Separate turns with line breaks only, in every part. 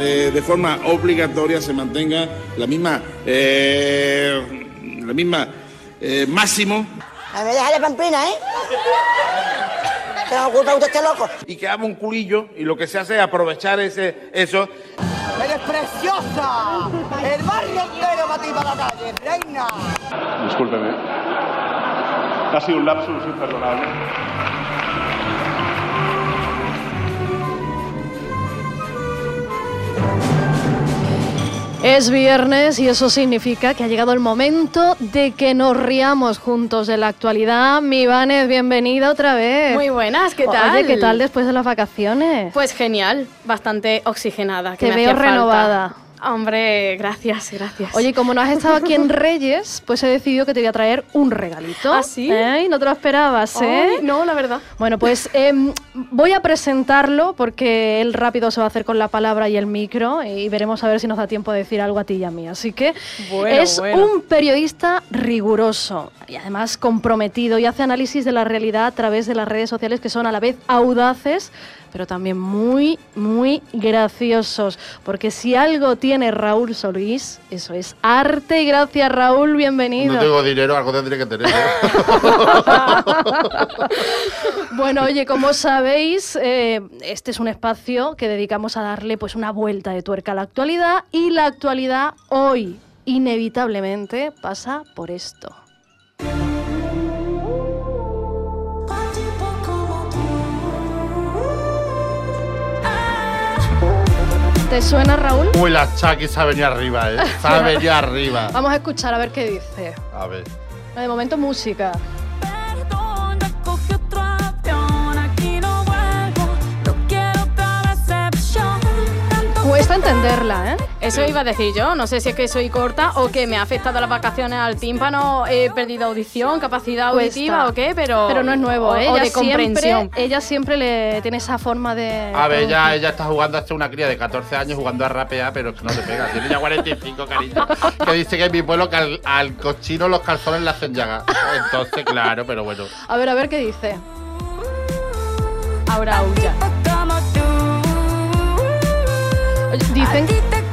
eh, de forma obligatoria se mantenga la misma, eh, la misma eh, máximo
A ver, déjale pamplina, ¿eh? ¿Qué nos oculta usted este loco?
y que haga un culillo y lo que se hace es aprovechar ese, eso.
¡Eres preciosa! ¡El barrio entero para ti, para la calle, reina!
Discúlpeme. Ha sido un lapsus imperdonable.
Es viernes y eso significa que ha llegado el momento de que nos riamos juntos de la actualidad. Mi Vanez, bienvenida otra vez.
Muy buenas, ¿qué tal?
Oye, ¿qué tal después de las vacaciones?
Pues genial, bastante oxigenada. que
Te
me
veo
hacía falta.
renovada.
Hombre, gracias, gracias.
Oye, como no has estado aquí en Reyes, pues he decidido que te voy a traer un regalito.
¿Ah, sí?
¿Eh? Y no te lo esperabas, ¿eh?
Ay, no, la verdad.
Bueno, pues em, voy a presentarlo porque él rápido se va a hacer con la palabra y el micro y veremos a ver si nos da tiempo de decir algo a ti y a mí. Así que
Bueno,
es
bueno.
un periodista riguroso y además comprometido y hace análisis de la realidad a través de las redes sociales que son a la vez audaces pero también muy, muy graciosos. Porque si algo tiene Raúl Solís, eso es arte. Y gracias, Raúl, bienvenido.
No tengo dinero, algo tendré que tener. ¿eh?
Bueno, oye, como sabéis, eh, este es un espacio que dedicamos a darle pues una vuelta de tuerca a la actualidad y la actualidad hoy inevitablemente pasa por esto. ¿Te suena Raúl?
Uy, la Chucky se ha venido arriba, ¿eh? Se ha venido arriba.
Vamos a escuchar a ver qué dice.
A ver.
De momento música.
Perdón, ya cogí otro avión, aquí no vuelvo, no quiero otra decepción. Tanto
Cuesta entenderla, ¿eh?
Eso iba a decir yo. No sé si es que soy corta o que me ha afectado las vacaciones al tímpano, he perdido audición, capacidad auditiva
Cuesta.
o qué, pero.
Pero no es nuevo,
o-
¿eh?
o
ella
de comprensión.
Siempre, ella siempre le tiene esa forma de.
A ver,
ya
ella, ella está jugando a ser una cría de 14 años jugando a rapear, pero es que no le pega. Tiene ya 45, cariño. Que dice que en mi pueblo que al, al cochino los calzones le hacen llaga. Entonces, claro, pero bueno.
A ver, a ver qué dice.
Ahora huya.
como tú.
Oye,
A
Dicen,
ti te queda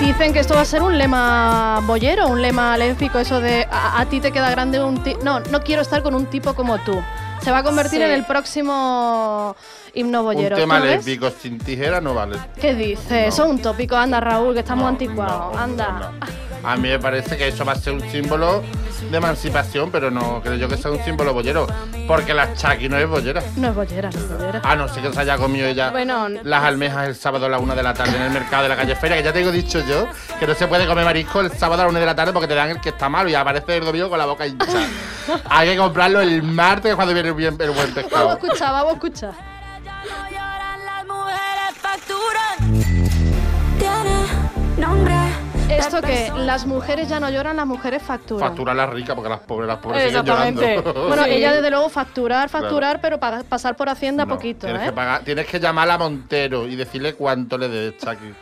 dicen que esto va a ser un lema bollero, un lema lésbico, eso de a, a ti te queda grande un ti No, no quiero estar con un tipo como tú. Se va a convertir
Sí.
en el próximo himno
Un
bollero.
tema
¿tú ves?
lésbico sin tijera no vale.
¿Qué dice?
No.
Eso es un tópico. Anda, Raúl, que estamos
No,
anticuados.
no,
Anda.
no. A mí me parece que eso va a ser un símbolo de emancipación, pero no creo yo que sea un símbolo bollero. Porque la Chucky no es bollera.
No es bollera, no es bollera.
Ah, no sé que se haya comido ella
Bueno,
las almejas el sábado a la una de la tarde en el mercado de la calle Feria, que ya te he dicho yo que no se puede comer marisco el sábado a la una de la tarde porque te dan el que está malo y aparece el domingo con la boca hinchada. Hay que comprarlo el martes cuando viene bien el buen
Vamos a
pescado.
escuchar, vamos a escuchar.
no lloran, las mujeres facturan. Tiene nombre. de
Esto que
persona.
las mujeres ya no lloran, las mujeres facturan.
Factura las ricas porque las pobres, las pobres siguen
Exactamente.
llorando.
Bueno,
Sí.
ella desde luego facturar, facturar, pero pa- pasar por Hacienda poquito,
tienes,
¿eh?
que pagar- tienes que llamar a Montero y decirle cuánto le debes, Chucky.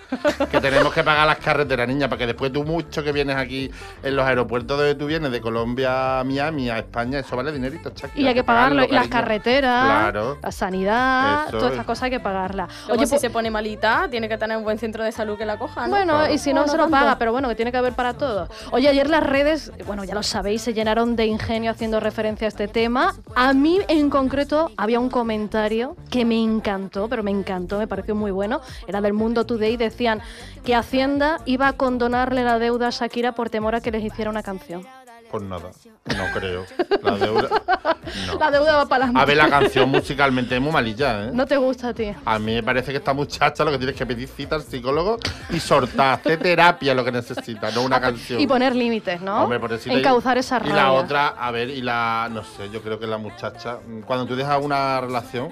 que tenemos que pagar las carreteras, niña, para que después tú mucho que vienes aquí en los aeropuertos donde tú vienes, de Colombia a Miami, a España, eso vale dinerito, Chucky.
Y hay que pagarlo, y las
cariño.
carreteras,
Claro.
la sanidad,
Eso
todas
es.
estas cosas hay que pagarla.
Oye, si
pues-
se pone malita, tiene que tener un buen centro de salud que la coja. ¿no?
Bueno,
Claro.
y si no,
Bueno,
se lo
tanto.
paga, pero bueno, que tiene que haber para todos. Oye, ayer las redes, bueno, ya lo sabéis, se llenaron de ingenio haciendo referencia a este tema. A mí en concreto había un comentario que me encantó, pero me encantó, me pareció muy bueno. Era del Mundo Today, decían que Hacienda iba a condonarle la deuda a Shakira por temor a que les hiciera una canción.
Pues nada, no creo. La deuda. no.
La deuda va para
A ver, la canción musicalmente es muy malilla, ¿eh?
No te gusta a ti.
A mí me parece que esta muchacha lo que tienes que pedir cita al psicólogo y sortar, hacer terapia lo que necesita, no una canción.
Ah, pues, Y poner límites, ¿no?
Hombre, por decirle-
Encauzar esa rabia.
Y la otra, a ver, y la. No sé, yo creo que la muchacha. mm, Cuando tú dejas una relación,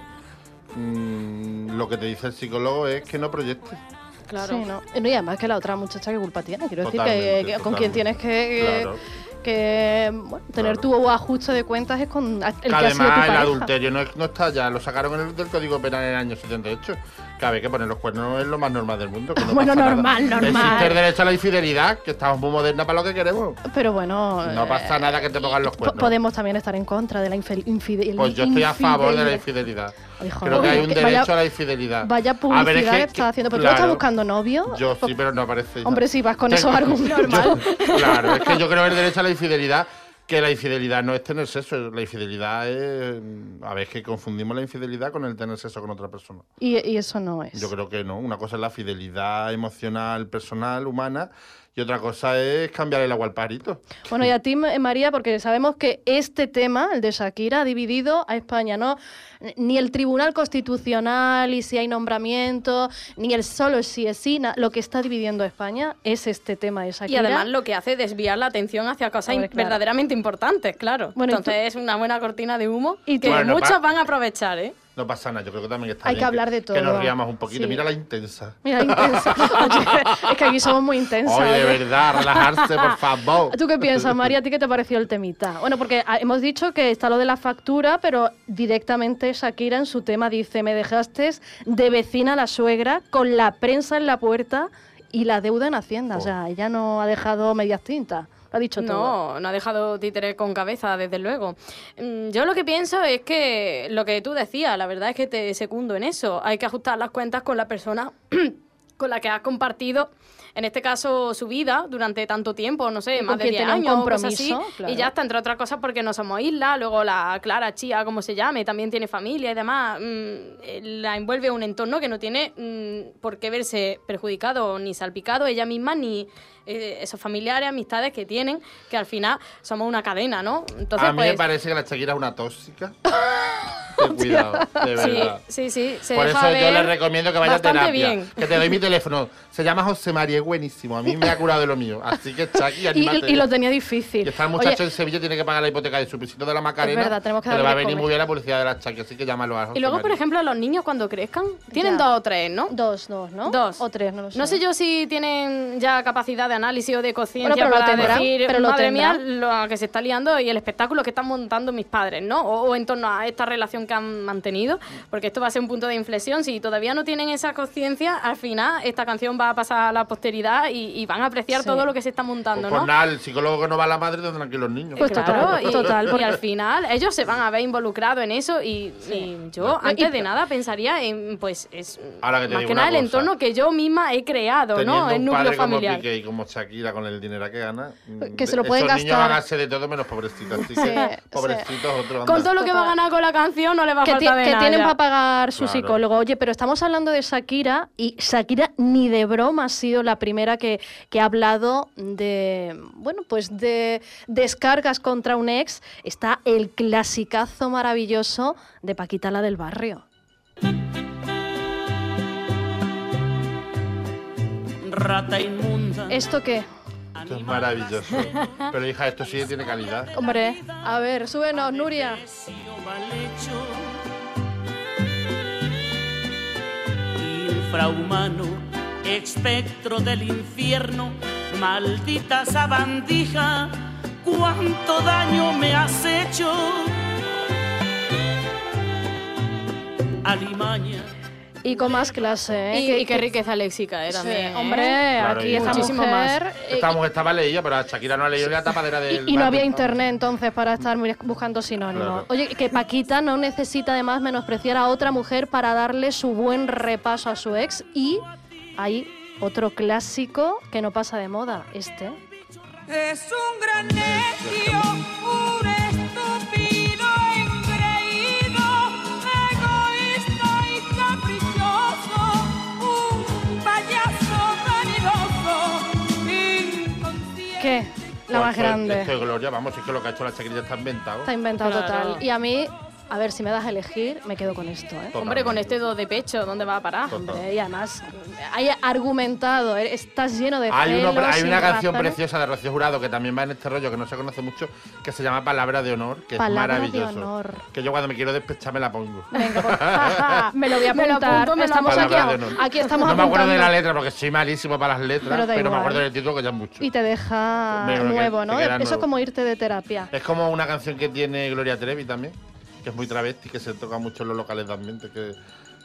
mm, lo que te dice el psicólogo es que no proyectes.
Claro.
Sí, ¿no? Y no, y además que la otra muchacha, ¿qué culpa tiene? Quiero decir que,
Totalmente,
que con quien tienes
totalmente.
que,
Claro.
que, bueno, tener
Claro.
tu ajuste de cuentas es con el que,
Que
ha sido tu
además el
pareja.
adulterio no, es- no está ya, lo sacaron en el, del Código Penal en el año 78, Cabe que poner los cuernos es lo más normal del mundo. que no
Bueno,
pasa nada.
normal, normal.
Existe el derecho a la infidelidad, que estamos muy modernas para lo que queremos.
Pero bueno.
No
eh,
pasa nada que te pongan los
po-
cuernos.
Podemos también estar en contra de la infel- infide-
Pues yo estoy a favor de la
infidelidad.
infidelidad.
Ay, joder.
Creo que hay
Oye,
un
que
derecho
vaya-
a la infidelidad.
Vaya
A ver, es
publicidad
que-
que estás haciendo. ¿Pero tú no
claro.
estás buscando novio?
Yo
Pues-
sí, pero no aparece.
Hombre, sí, vas con esos argumentos. Normal.
claro, es que yo creo que el derecho a la infidelidad, que la infidelidad no es tener sexo, la infidelidad es... mm, A ver, es que confundimos la infidelidad con el tener sexo con otra persona.
Y, y eso no es.
Yo creo que no. Una cosa es la fidelidad emocional, personal, humana, y otra cosa es cambiar el agua al parito.
Bueno, y a ti, eh, María, porque sabemos que este tema, el de Shakira, ha dividido a España, ¿no? N- Ni el Tribunal Constitucional y si hay nombramiento, ni el solo sí es sí. na- Lo que está dividiendo a España es este tema de
Y
Shakira.
además lo que hace es desviar la atención hacia cosas
Hombre,
in-
claro.
verdaderamente importantes, claro.
Bueno, y tú-
Entonces es una buena cortina de humo
Y
y
tú-
que
Bueno,
muchos
pa-
van a aprovechar, ¿eh?
No pasa nada, yo creo que también está
Hay
bien
que hablar de
Que
todo.
nos riamos un poquito.
Sí.
Mira la intensa.
Mira, intensa. Oye, es que aquí somos muy intensos.
Oye, de
oye.
verdad, relajarse, por favor.
¿Tú qué piensas, María? ¿A ti qué te pareció el temita? Bueno, porque ah, hemos dicho que está lo de la factura, pero directamente Shakira en su tema dice, me dejaste de vecina a la suegra con la prensa en la puerta y la deuda en Hacienda. O sea, ella no ha dejado medias tintas. Lo ha dicho todo.
No, no ha dejado títere con cabeza, desde luego. Mm, Yo lo que pienso es que lo que tú decías, la verdad es que te secundo en eso. Hay que ajustar las cuentas con la persona con la que has compartido, en este caso, su vida durante tanto tiempo, no
Y
sé,
con
más de
quien
10
tenía un
años, cosas así.
compromiso, claro.
Y ya está, entre otras cosas, porque no somos isla. Luego la Clara, Chía, como se llame, también tiene familia y demás. Mm, eh, La envuelve un entorno que no tiene mm, por qué verse perjudicado ni salpicado ella misma ni eh, esos familiares, amistades que tienen, que al final somos una cadena, ¿no? Entonces,
a mí me
pues.
parece que la Shakira es una tóxica. Ten cuidado, de
sí,
verdad.
sí, sí, se
Por
deja
eso yo
ver
le recomiendo que vaya a
bastante
terapia.
bien.
Que te doy mi teléfono. Se llama José María, es buenísimo. A mí me ha curado de lo mío. Así que Shaki,
Y,
anímate.
y lo tenía difícil.
Y está el
Oye,
muchacho en Sevilla tiene que pagar la hipoteca de su pisito de la Macarena.
Es verdad, tenemos que
pero
darle
va a
de
venir
comer.
muy bien la publicidad de la Shaki, así que llámalo a José
Y luego,
María.
por ejemplo, los niños cuando crezcan, tienen
Ya.
dos o tres, ¿no?
Dos, dos, ¿no?
Dos.
O tres, no lo sé.
No sé yo si tienen ya capacidad de análisis o de conciencia
Bueno, pero lo
para
tendrán,
decir,
pero lo
madre mía,
tendrán".
lo que se está liando y el espectáculo que están montando mis padres, ¿no? O, o en torno a esta relación que han mantenido, porque esto va a ser un punto de inflexión. Si todavía no tienen esa conciencia, al final esta canción va a pasar a la posteridad y, y van a apreciar
Sí.
todo lo que se está montando,
Pues
¿no?
nada, el psicólogo que no va a la madre tendrán que ir los niños.
Pues total,
y,
total,
y
porque-
al final ellos se van a ver involucrados en eso y, y yo antes de nada pensaría en pues es
Ahora que te
más
digo
que
una
nada el
cosa.
entorno que yo misma he creado,
Teniendo
¿no? El
un
núcleo
padre
familiar.
como Piqué y como Shakira con el dinero que gana, mm,
Que se lo pueden
esos niños
gastar.
hágase de todo menos pobrecitos. Así que
Sí,
pobrecitos otro
Con
anda.
todo lo que va a
Total.
ganar con la canción no le va a
que,
faltar
ti-
de
que
nada.
tienen
ya.
para pagar su
Claro.
psicólogo. Oye, pero estamos hablando de Shakira y Shakira ni de broma ha sido la primera que, que ha hablado de, bueno, pues de descargas contra un ex. Está el clasicazo maravilloso de Paquita la del barrio.
Rata inmunda.
¿Esto qué?
Esto es maravilloso. Pero hija, esto sí tiene calidad.
Hombre, a ver, súbenos, Nuria.
Deseo mal hecho. Infrahumano, espectro del infierno, maldita sabandija, cuánto daño me has hecho. Alimaña.
Y con más clase, ¿eh?
Y,
Que- ¿eh?
y qué riqueza léxica era.
Sí, hombre, aquí
y
esta
muchísimo
mujer... eh,
Esta mujer estaba leída, pero a Shakira no ha leído la tapadera del.
Y, y no había
barrio.
internet entonces para estar mira- buscando sinónimos.
Claro.
Oye, que Paquita no necesita además menospreciar a otra mujer para darle su buen repaso a su ex. Y hay otro clásico que no pasa de moda, este.
Es un gran necio, un estúpido, engreído, egoísta y caprichoso, un payaso vanidoso, inconsciente.
¿Qué? La
Pues
más
esto- Esto
grande.
es gloria, vamos, es que lo que ha hecho la Shakira está inventado.
Está inventado
Claro.
total. Y a mí, a ver, si me das a elegir, me quedo con esto, ¿eh?
Hombre, con este dos de pecho, ¿dónde va a parar?
Total.
Hombre, y además, hay argumentado, eh, estás lleno de
Hay, uno-
celos
hay
y
una canción
razones.
preciosa de Rocío Jurado que también va en este rollo que no se conoce mucho, que se llama Palabra de Honor, que
Palabra de
es maravilloso.
honor.
Que yo cuando me quiero despechar me la pongo.
Venga, pues, me lo voy a
Me lo
apuntar.
apunto, me lo
estamos aquí,
Palabra de honor.
aquí estamos
No me acuerdo de
apuntando.
la letra porque soy malísimo para las letras,
Pero
pero,
da
me
igual.
acuerdo del título que ya es mucho.
Y te deja
Hombre, creo que
nuevo,
te
¿no?
queda
Eso es
nuevo. Eh,
como irte de terapia.
Es como una canción que tiene Gloria Trevi también, que es muy travesti, que se toca mucho en los locales de ambiente, que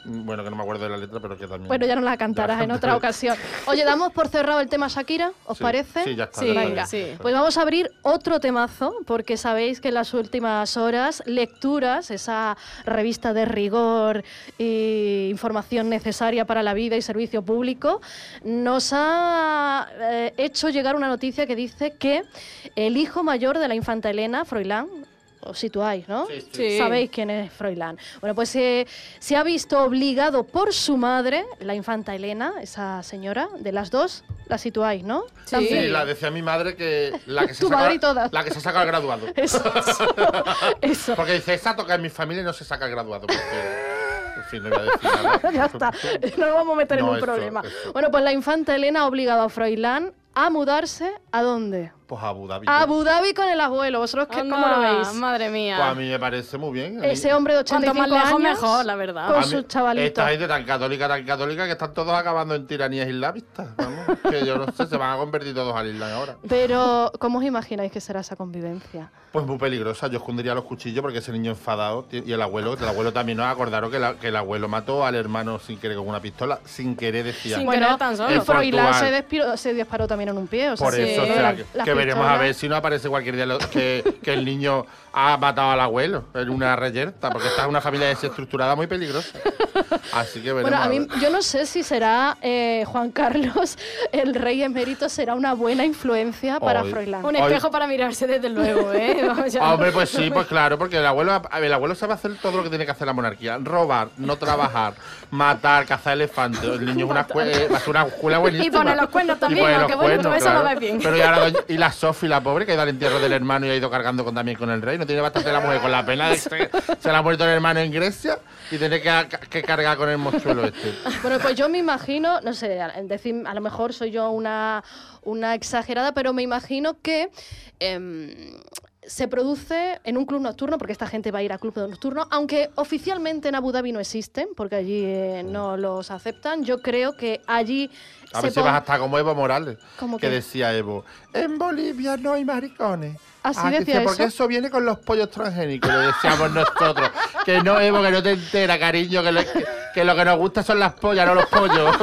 Bueno, que no me acuerdo de la letra, pero que también.
Bueno, ya nos la cantarás
Ya.
en otra ocasión. Oye, damos por cerrado el tema Shakira, ¿os
Sí,
parece?
sí, ya está,
Sí,
ya está,
venga.
ya está.
Sí.
Pues vamos a abrir otro temazo, porque sabéis que en las últimas horas, Lecturas, esa revista de rigor e información necesaria para la vida y servicio público, nos ha eh, hecho llegar una noticia que dice que el hijo mayor de la infanta Elena, Froilán, os situáis, ¿no?
Sí, sí.
Sí.
Sabéis quién es Froilán. Bueno, pues eh, se ha visto obligado por su madre, la infanta Elena, esa señora, de las dos, la situáis, ¿no?
Sí,
Sí.
la decía mi madre que la que se
Tu
saca-
madre y todas.
la que se saca el graduado.
Eso, eso.
Porque dice, esa toca en mi familia y no se saca el graduado. porque- en fin, no voy a decir nada. Pues
ya está. No nos vamos a meter
No,
en un
eso,
problema.
eso.
Bueno, pues la infanta Elena ha obligado a Froilán a mudarse a dónde?
Pues a Abu Dhabi.
A Abu Dhabi con el abuelo. ¿Vosotros qué, cómo lo
Anda,
veis?
Madre mía.
Pues a mí me parece muy bien.
Ese hombre de
Cuanto
85
más lejos,
años.
mejor, la verdad.
con
A mí-
sus chavalitos.
Esta gente tan católica, tan católica, que están todos acabando en tiranías islamistas. Vamos, que yo no sé, se van a convertir todos al Islam ahora.
Pero, ¿cómo os imagináis que será esa convivencia?
Pues muy peligrosa, yo escondería los cuchillos porque ese niño enfadado tío, y el abuelo, el abuelo también nos acordaron que, la- que el abuelo mató al hermano sin querer con una pistola, sin querer decía.
Sin
Por
querer tan solo.
el
Froilán se,
Portugal.
despiro- se disparó también en un pie. O sea, sí,
eso, o
la-
sea, que,
las
que veremos a
pistolas.
ver si no aparece cualquier día lo- que, que el niño ha matado al abuelo en una reyerta, porque esta es una familia desestructurada muy peligrosa. Así que veremos.
Bueno, a
a
mí
ver.
yo no sé si será eh, Juan Carlos, el rey emérito, será una buena influencia para
Hoy.
Froilán.
Un
Ay.
espejo para mirarse, desde luego, ¿eh? Vamos ya.
Ah, Hombre, pues sí, pues claro, porque el abuelo, a ver, el abuelo sabe hacer todo lo que tiene que hacer la monarquía: robar, no trabajar, matar, cazar elefantes. El niño es una, escue- eh, va a ser una escuela buenísima.
Y poner los cuernos también,
poner
aunque
los
bueno, todo eso lo
claro.
ves bien.
Pero y, ahora doña- y la Sofi, la pobre, que ha ido al entierro del hermano y ha ido cargando con, también con el rey. No tiene bastante la mujer con la pena de que se se le ha muerto el hermano en Grecia y tiene que, que cargar con el mochuelo este.
Bueno, pues yo me imagino, no sé, a- decir, a lo mejor soy yo una, una exagerada, pero me imagino que em, se produce en un club nocturno, porque esta gente va a ir a club nocturno, aunque oficialmente en Abu Dhabi no existen, porque allí eh, no los aceptan. Yo creo que allí
A ver si
pon-
vas hasta como Evo Morales,
¿Cómo
que
qué?
decía Evo, en Bolivia no hay maricones. Ah,
Así
que
Ah, decía
dice, Porque
eso.
eso viene con los pollos transgénicos, le decíamos nosotros. Que no, Evo, que no te entera, cariño, que lo que, que lo que nos gusta son las pollas, no los pollos.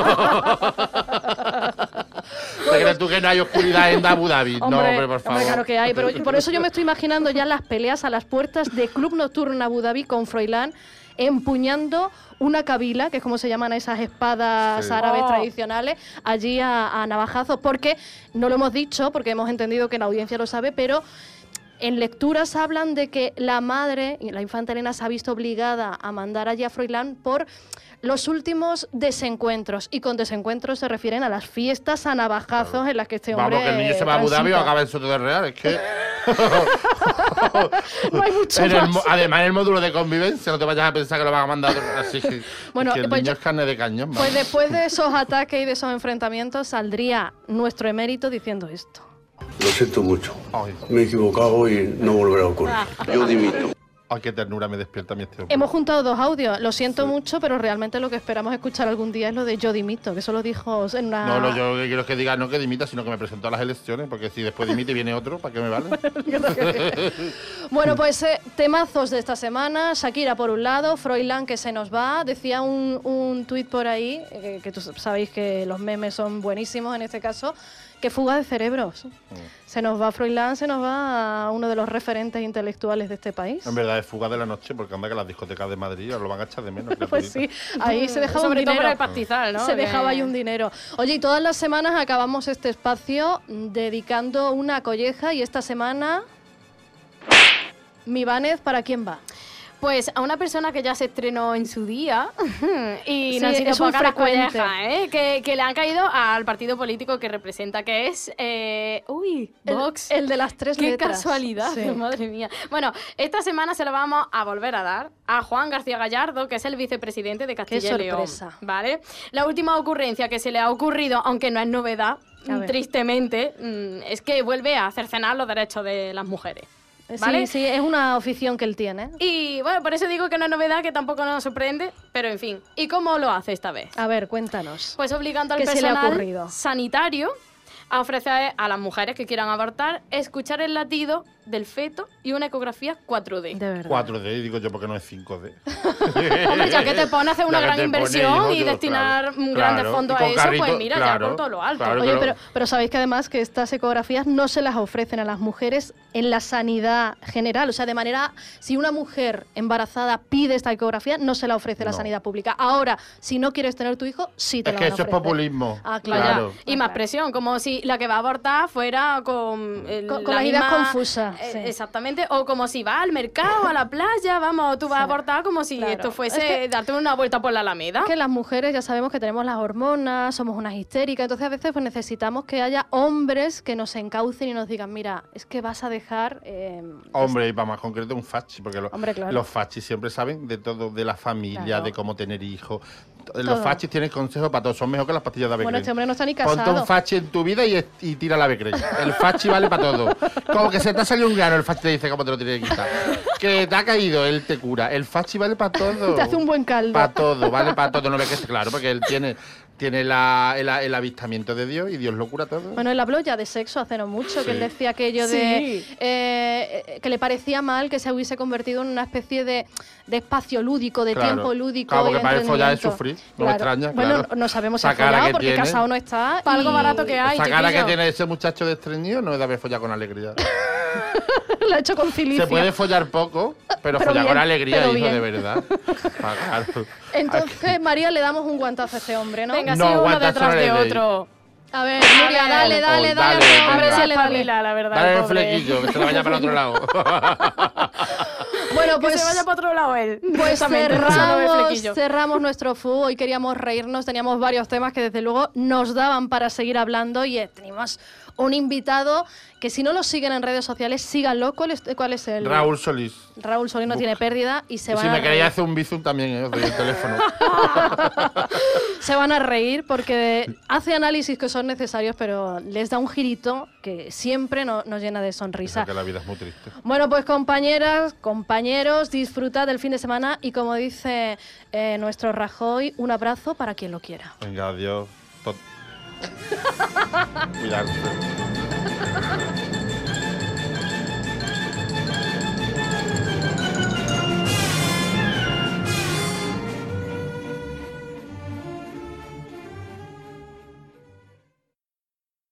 ¿Te crees tú que no hay oscuridad en Abu Dhabi? no, hombre, por favor.
hombre, claro que hay, pero yo- por eso yo me estoy imaginando ya las peleas a las puertas de Club Nocturno en Abu Dhabi con Froilán empuñando una cabila, que es como se llaman esas espadas
Sí.
árabes
Oh.
tradicionales, allí a, a navajazos, porque no lo hemos dicho, porque hemos entendido que la audiencia lo sabe, pero en lecturas hablan de que la madre, la infanta Elena, se ha visto obligada a mandar allí a Froilán por los últimos desencuentros. Y con desencuentros se refieren a las fiestas a navajazos en las que este hombre.
Vamos, que el niño se va a Abu Dhabi o
transita.
acaba en Soto de Real, es que...
No hay mucho
En el
más.
mo- además, en el módulo de convivencia, no te vayas a pensar que lo van a mandar. a otro- Así que,
Bueno,
que el
pues
niño
yo-
es carne de cañón. vamos.
Pues después de esos ataques y de esos enfrentamientos saldría nuestro emérito diciendo esto.
Lo siento mucho.
Pues
Ay.
Me he equivocado y no volverá a ocurrir. Yo dimito.
Ay, qué ternura me despierta a mí este hombre.
Hemos juntado dos audios, lo siento mucho, pero realmente lo que esperamos escuchar algún día es lo de yo dimito, que eso lo dijo en una...
No, no, yo lo que quiero es que diga no que dimita, sino que me presento a las elecciones, porque si después dimite y viene otro, ¿para qué me vale?
Bueno, pues eh, temazos de esta semana. Shakira por un lado, Froilán que se nos va. Decía un, un tuit por ahí, eh, que, que tú sabéis que los memes son buenísimos en este caso, que fuga de cerebros.
Mm.
Se nos va Froilán, se nos va uno de los referentes intelectuales de este país.
En verdad es fuga de la noche, porque anda que las discotecas de Madrid os lo van a echar de menos.
Pues sí,
criaturita.
ahí se dejaba
Sobre
un
todo
dinero.
para el pastizal, ¿no?
Se dejaba
Que-
ahí un dinero. Oye, y todas las semanas acabamos este espacio dedicando una colleja y esta semana... Mi Vanez, ¿para quién va?
Pues a una persona que ya se estrenó en su día y
Sí,
no ha sido
es un
poca la
frecuente.
colleja, ¿eh? que, que le han caído al partido político que representa, que es... eh, uy,
El-
Vox.
El, de las tres
Qué
letras.
casualidad,
Sí.
madre mía. Bueno, esta semana se lo vamos a volver a dar a Juan García Gallardo, que es el vicepresidente de Castilla y León.
sorpresa.
¿Vale? La última ocurrencia que se le ha ocurrido, aunque no es novedad,
A ver.
tristemente, mm, es que vuelve a cercenar los derechos de las mujeres.
Sí,
¿Vale?
Eh, sí, es una afición que él tiene.
Y bueno, por eso digo que no es novedad, que tampoco nos sorprende, pero en fin. ¿Y cómo lo hace esta vez?
A ver, cuéntanos.
Pues obligando al
¿Qué se le ha
personal
ocurrido?
sanitario a ofrecer a las mujeres que quieran abortar escuchar el latido del feto y una ecografía 4D.
De verdad.
4D, digo yo, porque no es 5D.
Hombre, ya que te pones a hacer una
Ya que
gran
te pones,
inversión
hijo,
y
yo,
destinar
claro,
grandes
claro,
fondos
y
a
con
eso, pues
carrito,
mira, ya
claro,
por todo lo alto.
claro,
Oye,
pero-
pero, pero sabéis que además que estas ecografías no se las ofrecen a las mujeres en la sanidad general. O sea, de manera, si una mujer embarazada pide esta ecografía, no se la ofrece la
No.
sanidad pública. Ahora, si no quieres tener tu hijo, sí te
Es
la
que
van a
eso es
ofrecer.
populismo.
Ah, claro.
Vaya,
Claro.
Y más presión, como si la que va a abortar fuera con, el-
Con-
la
con las ideas
misma-
confusas,
eh,
sí.
Exactamente, o como si va al mercado, a la playa, vamos, tú vas a abortar como si
Claro.
esto fuese
Es que-
darte una vuelta por la Alameda.
Es que las mujeres ya sabemos que tenemos las hormonas, somos unas histéricas, entonces a veces pues, necesitamos que haya hombres que nos encaucen y nos digan, mira, es que vas a dejar... eh,
Hombre, y para más concreto, un fachi, porque lo-
Hombre, claro.
los fachis siempre saben de todo, de la familia,
Claro.
de cómo tener hijos. Los
Todo.
fachis tienen consejos para todo, son mejor que las pastillas de Avecren.
Bueno, este hombre no está ni
Ponte
casado.
un fachi en tu vida y, es- y tira la Avecren. El fachi vale para todo. Como que se te ha salido un grano, el fachi te dice cómo te lo tienes que quitar. Que te ha caído, él te cura. El fachi vale para todo.
Te hace un buen caldo.
Para todo, vale para todo. No ves que es claro, porque él tiene, tiene la- el, el avistamiento de Dios y Dios lo cura todo.
Bueno, él habló ya de sexo hace no mucho, que él
Sí.
decía aquello de eh, eh, que le parecía mal que se hubiese convertido en una especie de, de espacio lúdico, de
Claro.
tiempo lúdico.
Claro,
y
porque para él follar es
entretenimiento.
sufrir, no me extraña,
Bueno,
claro.
no sabemos si
Esa
ha
cara
follado
que
porque
tiene.
casado no está.
Para algo
y-
barato que hay,
Esa cara que
chiquillo.
tiene ese muchacho destreñido no es de haber follado con alegría.
Lo ha hecho con filicia.
Se puede follar poco, pero,
Pero
follar
bien,
con alegría,
pero
hijo,
bien.
de verdad. Ah, claro.
Entonces, María, le damos un guantazo a este hombre, ¿no?
Venga,
No,
sí, uno
guarda,
detrás
solo le
de
doy.
otro.
A ver, Nuria, dale, dale, dale,
Oh, dale,
a este hombre,
venga.
dale, dale.
Espabila, la verdad.
Dale
el
el
pobre.
flequillo, que se le vaya para el otro lado.
Bueno,
Que
pues...
se vaya para otro lado él.
Pues
Directamente, solo el
cerramos,
flequillo.
cerramos nuestro FU. Hoy queríamos reírnos, teníamos varios temas que desde luego nos daban para seguir hablando y eh, tenemos un invitado que si no lo siguen en redes sociales, síganlo. ¿Cuál es, cuál es el?
Raúl Solís.
Raúl Solís no
Busca.
tiene pérdida y se
Y
van,
si
a
me queréis
reír,
hacer un bizum también, eh, os doy el teléfono.
se van a reír porque hace análisis que son necesarios, pero les da un girito que siempre no- nos llena de sonrisa.
Piensa que la vida es muy triste.
Bueno, pues compañeras, compañeros, disfrutad del fin de semana y como dice eh, nuestro Rajoy, un abrazo para quien lo quiera.
Venga, adiós. Tot- Cuidarse.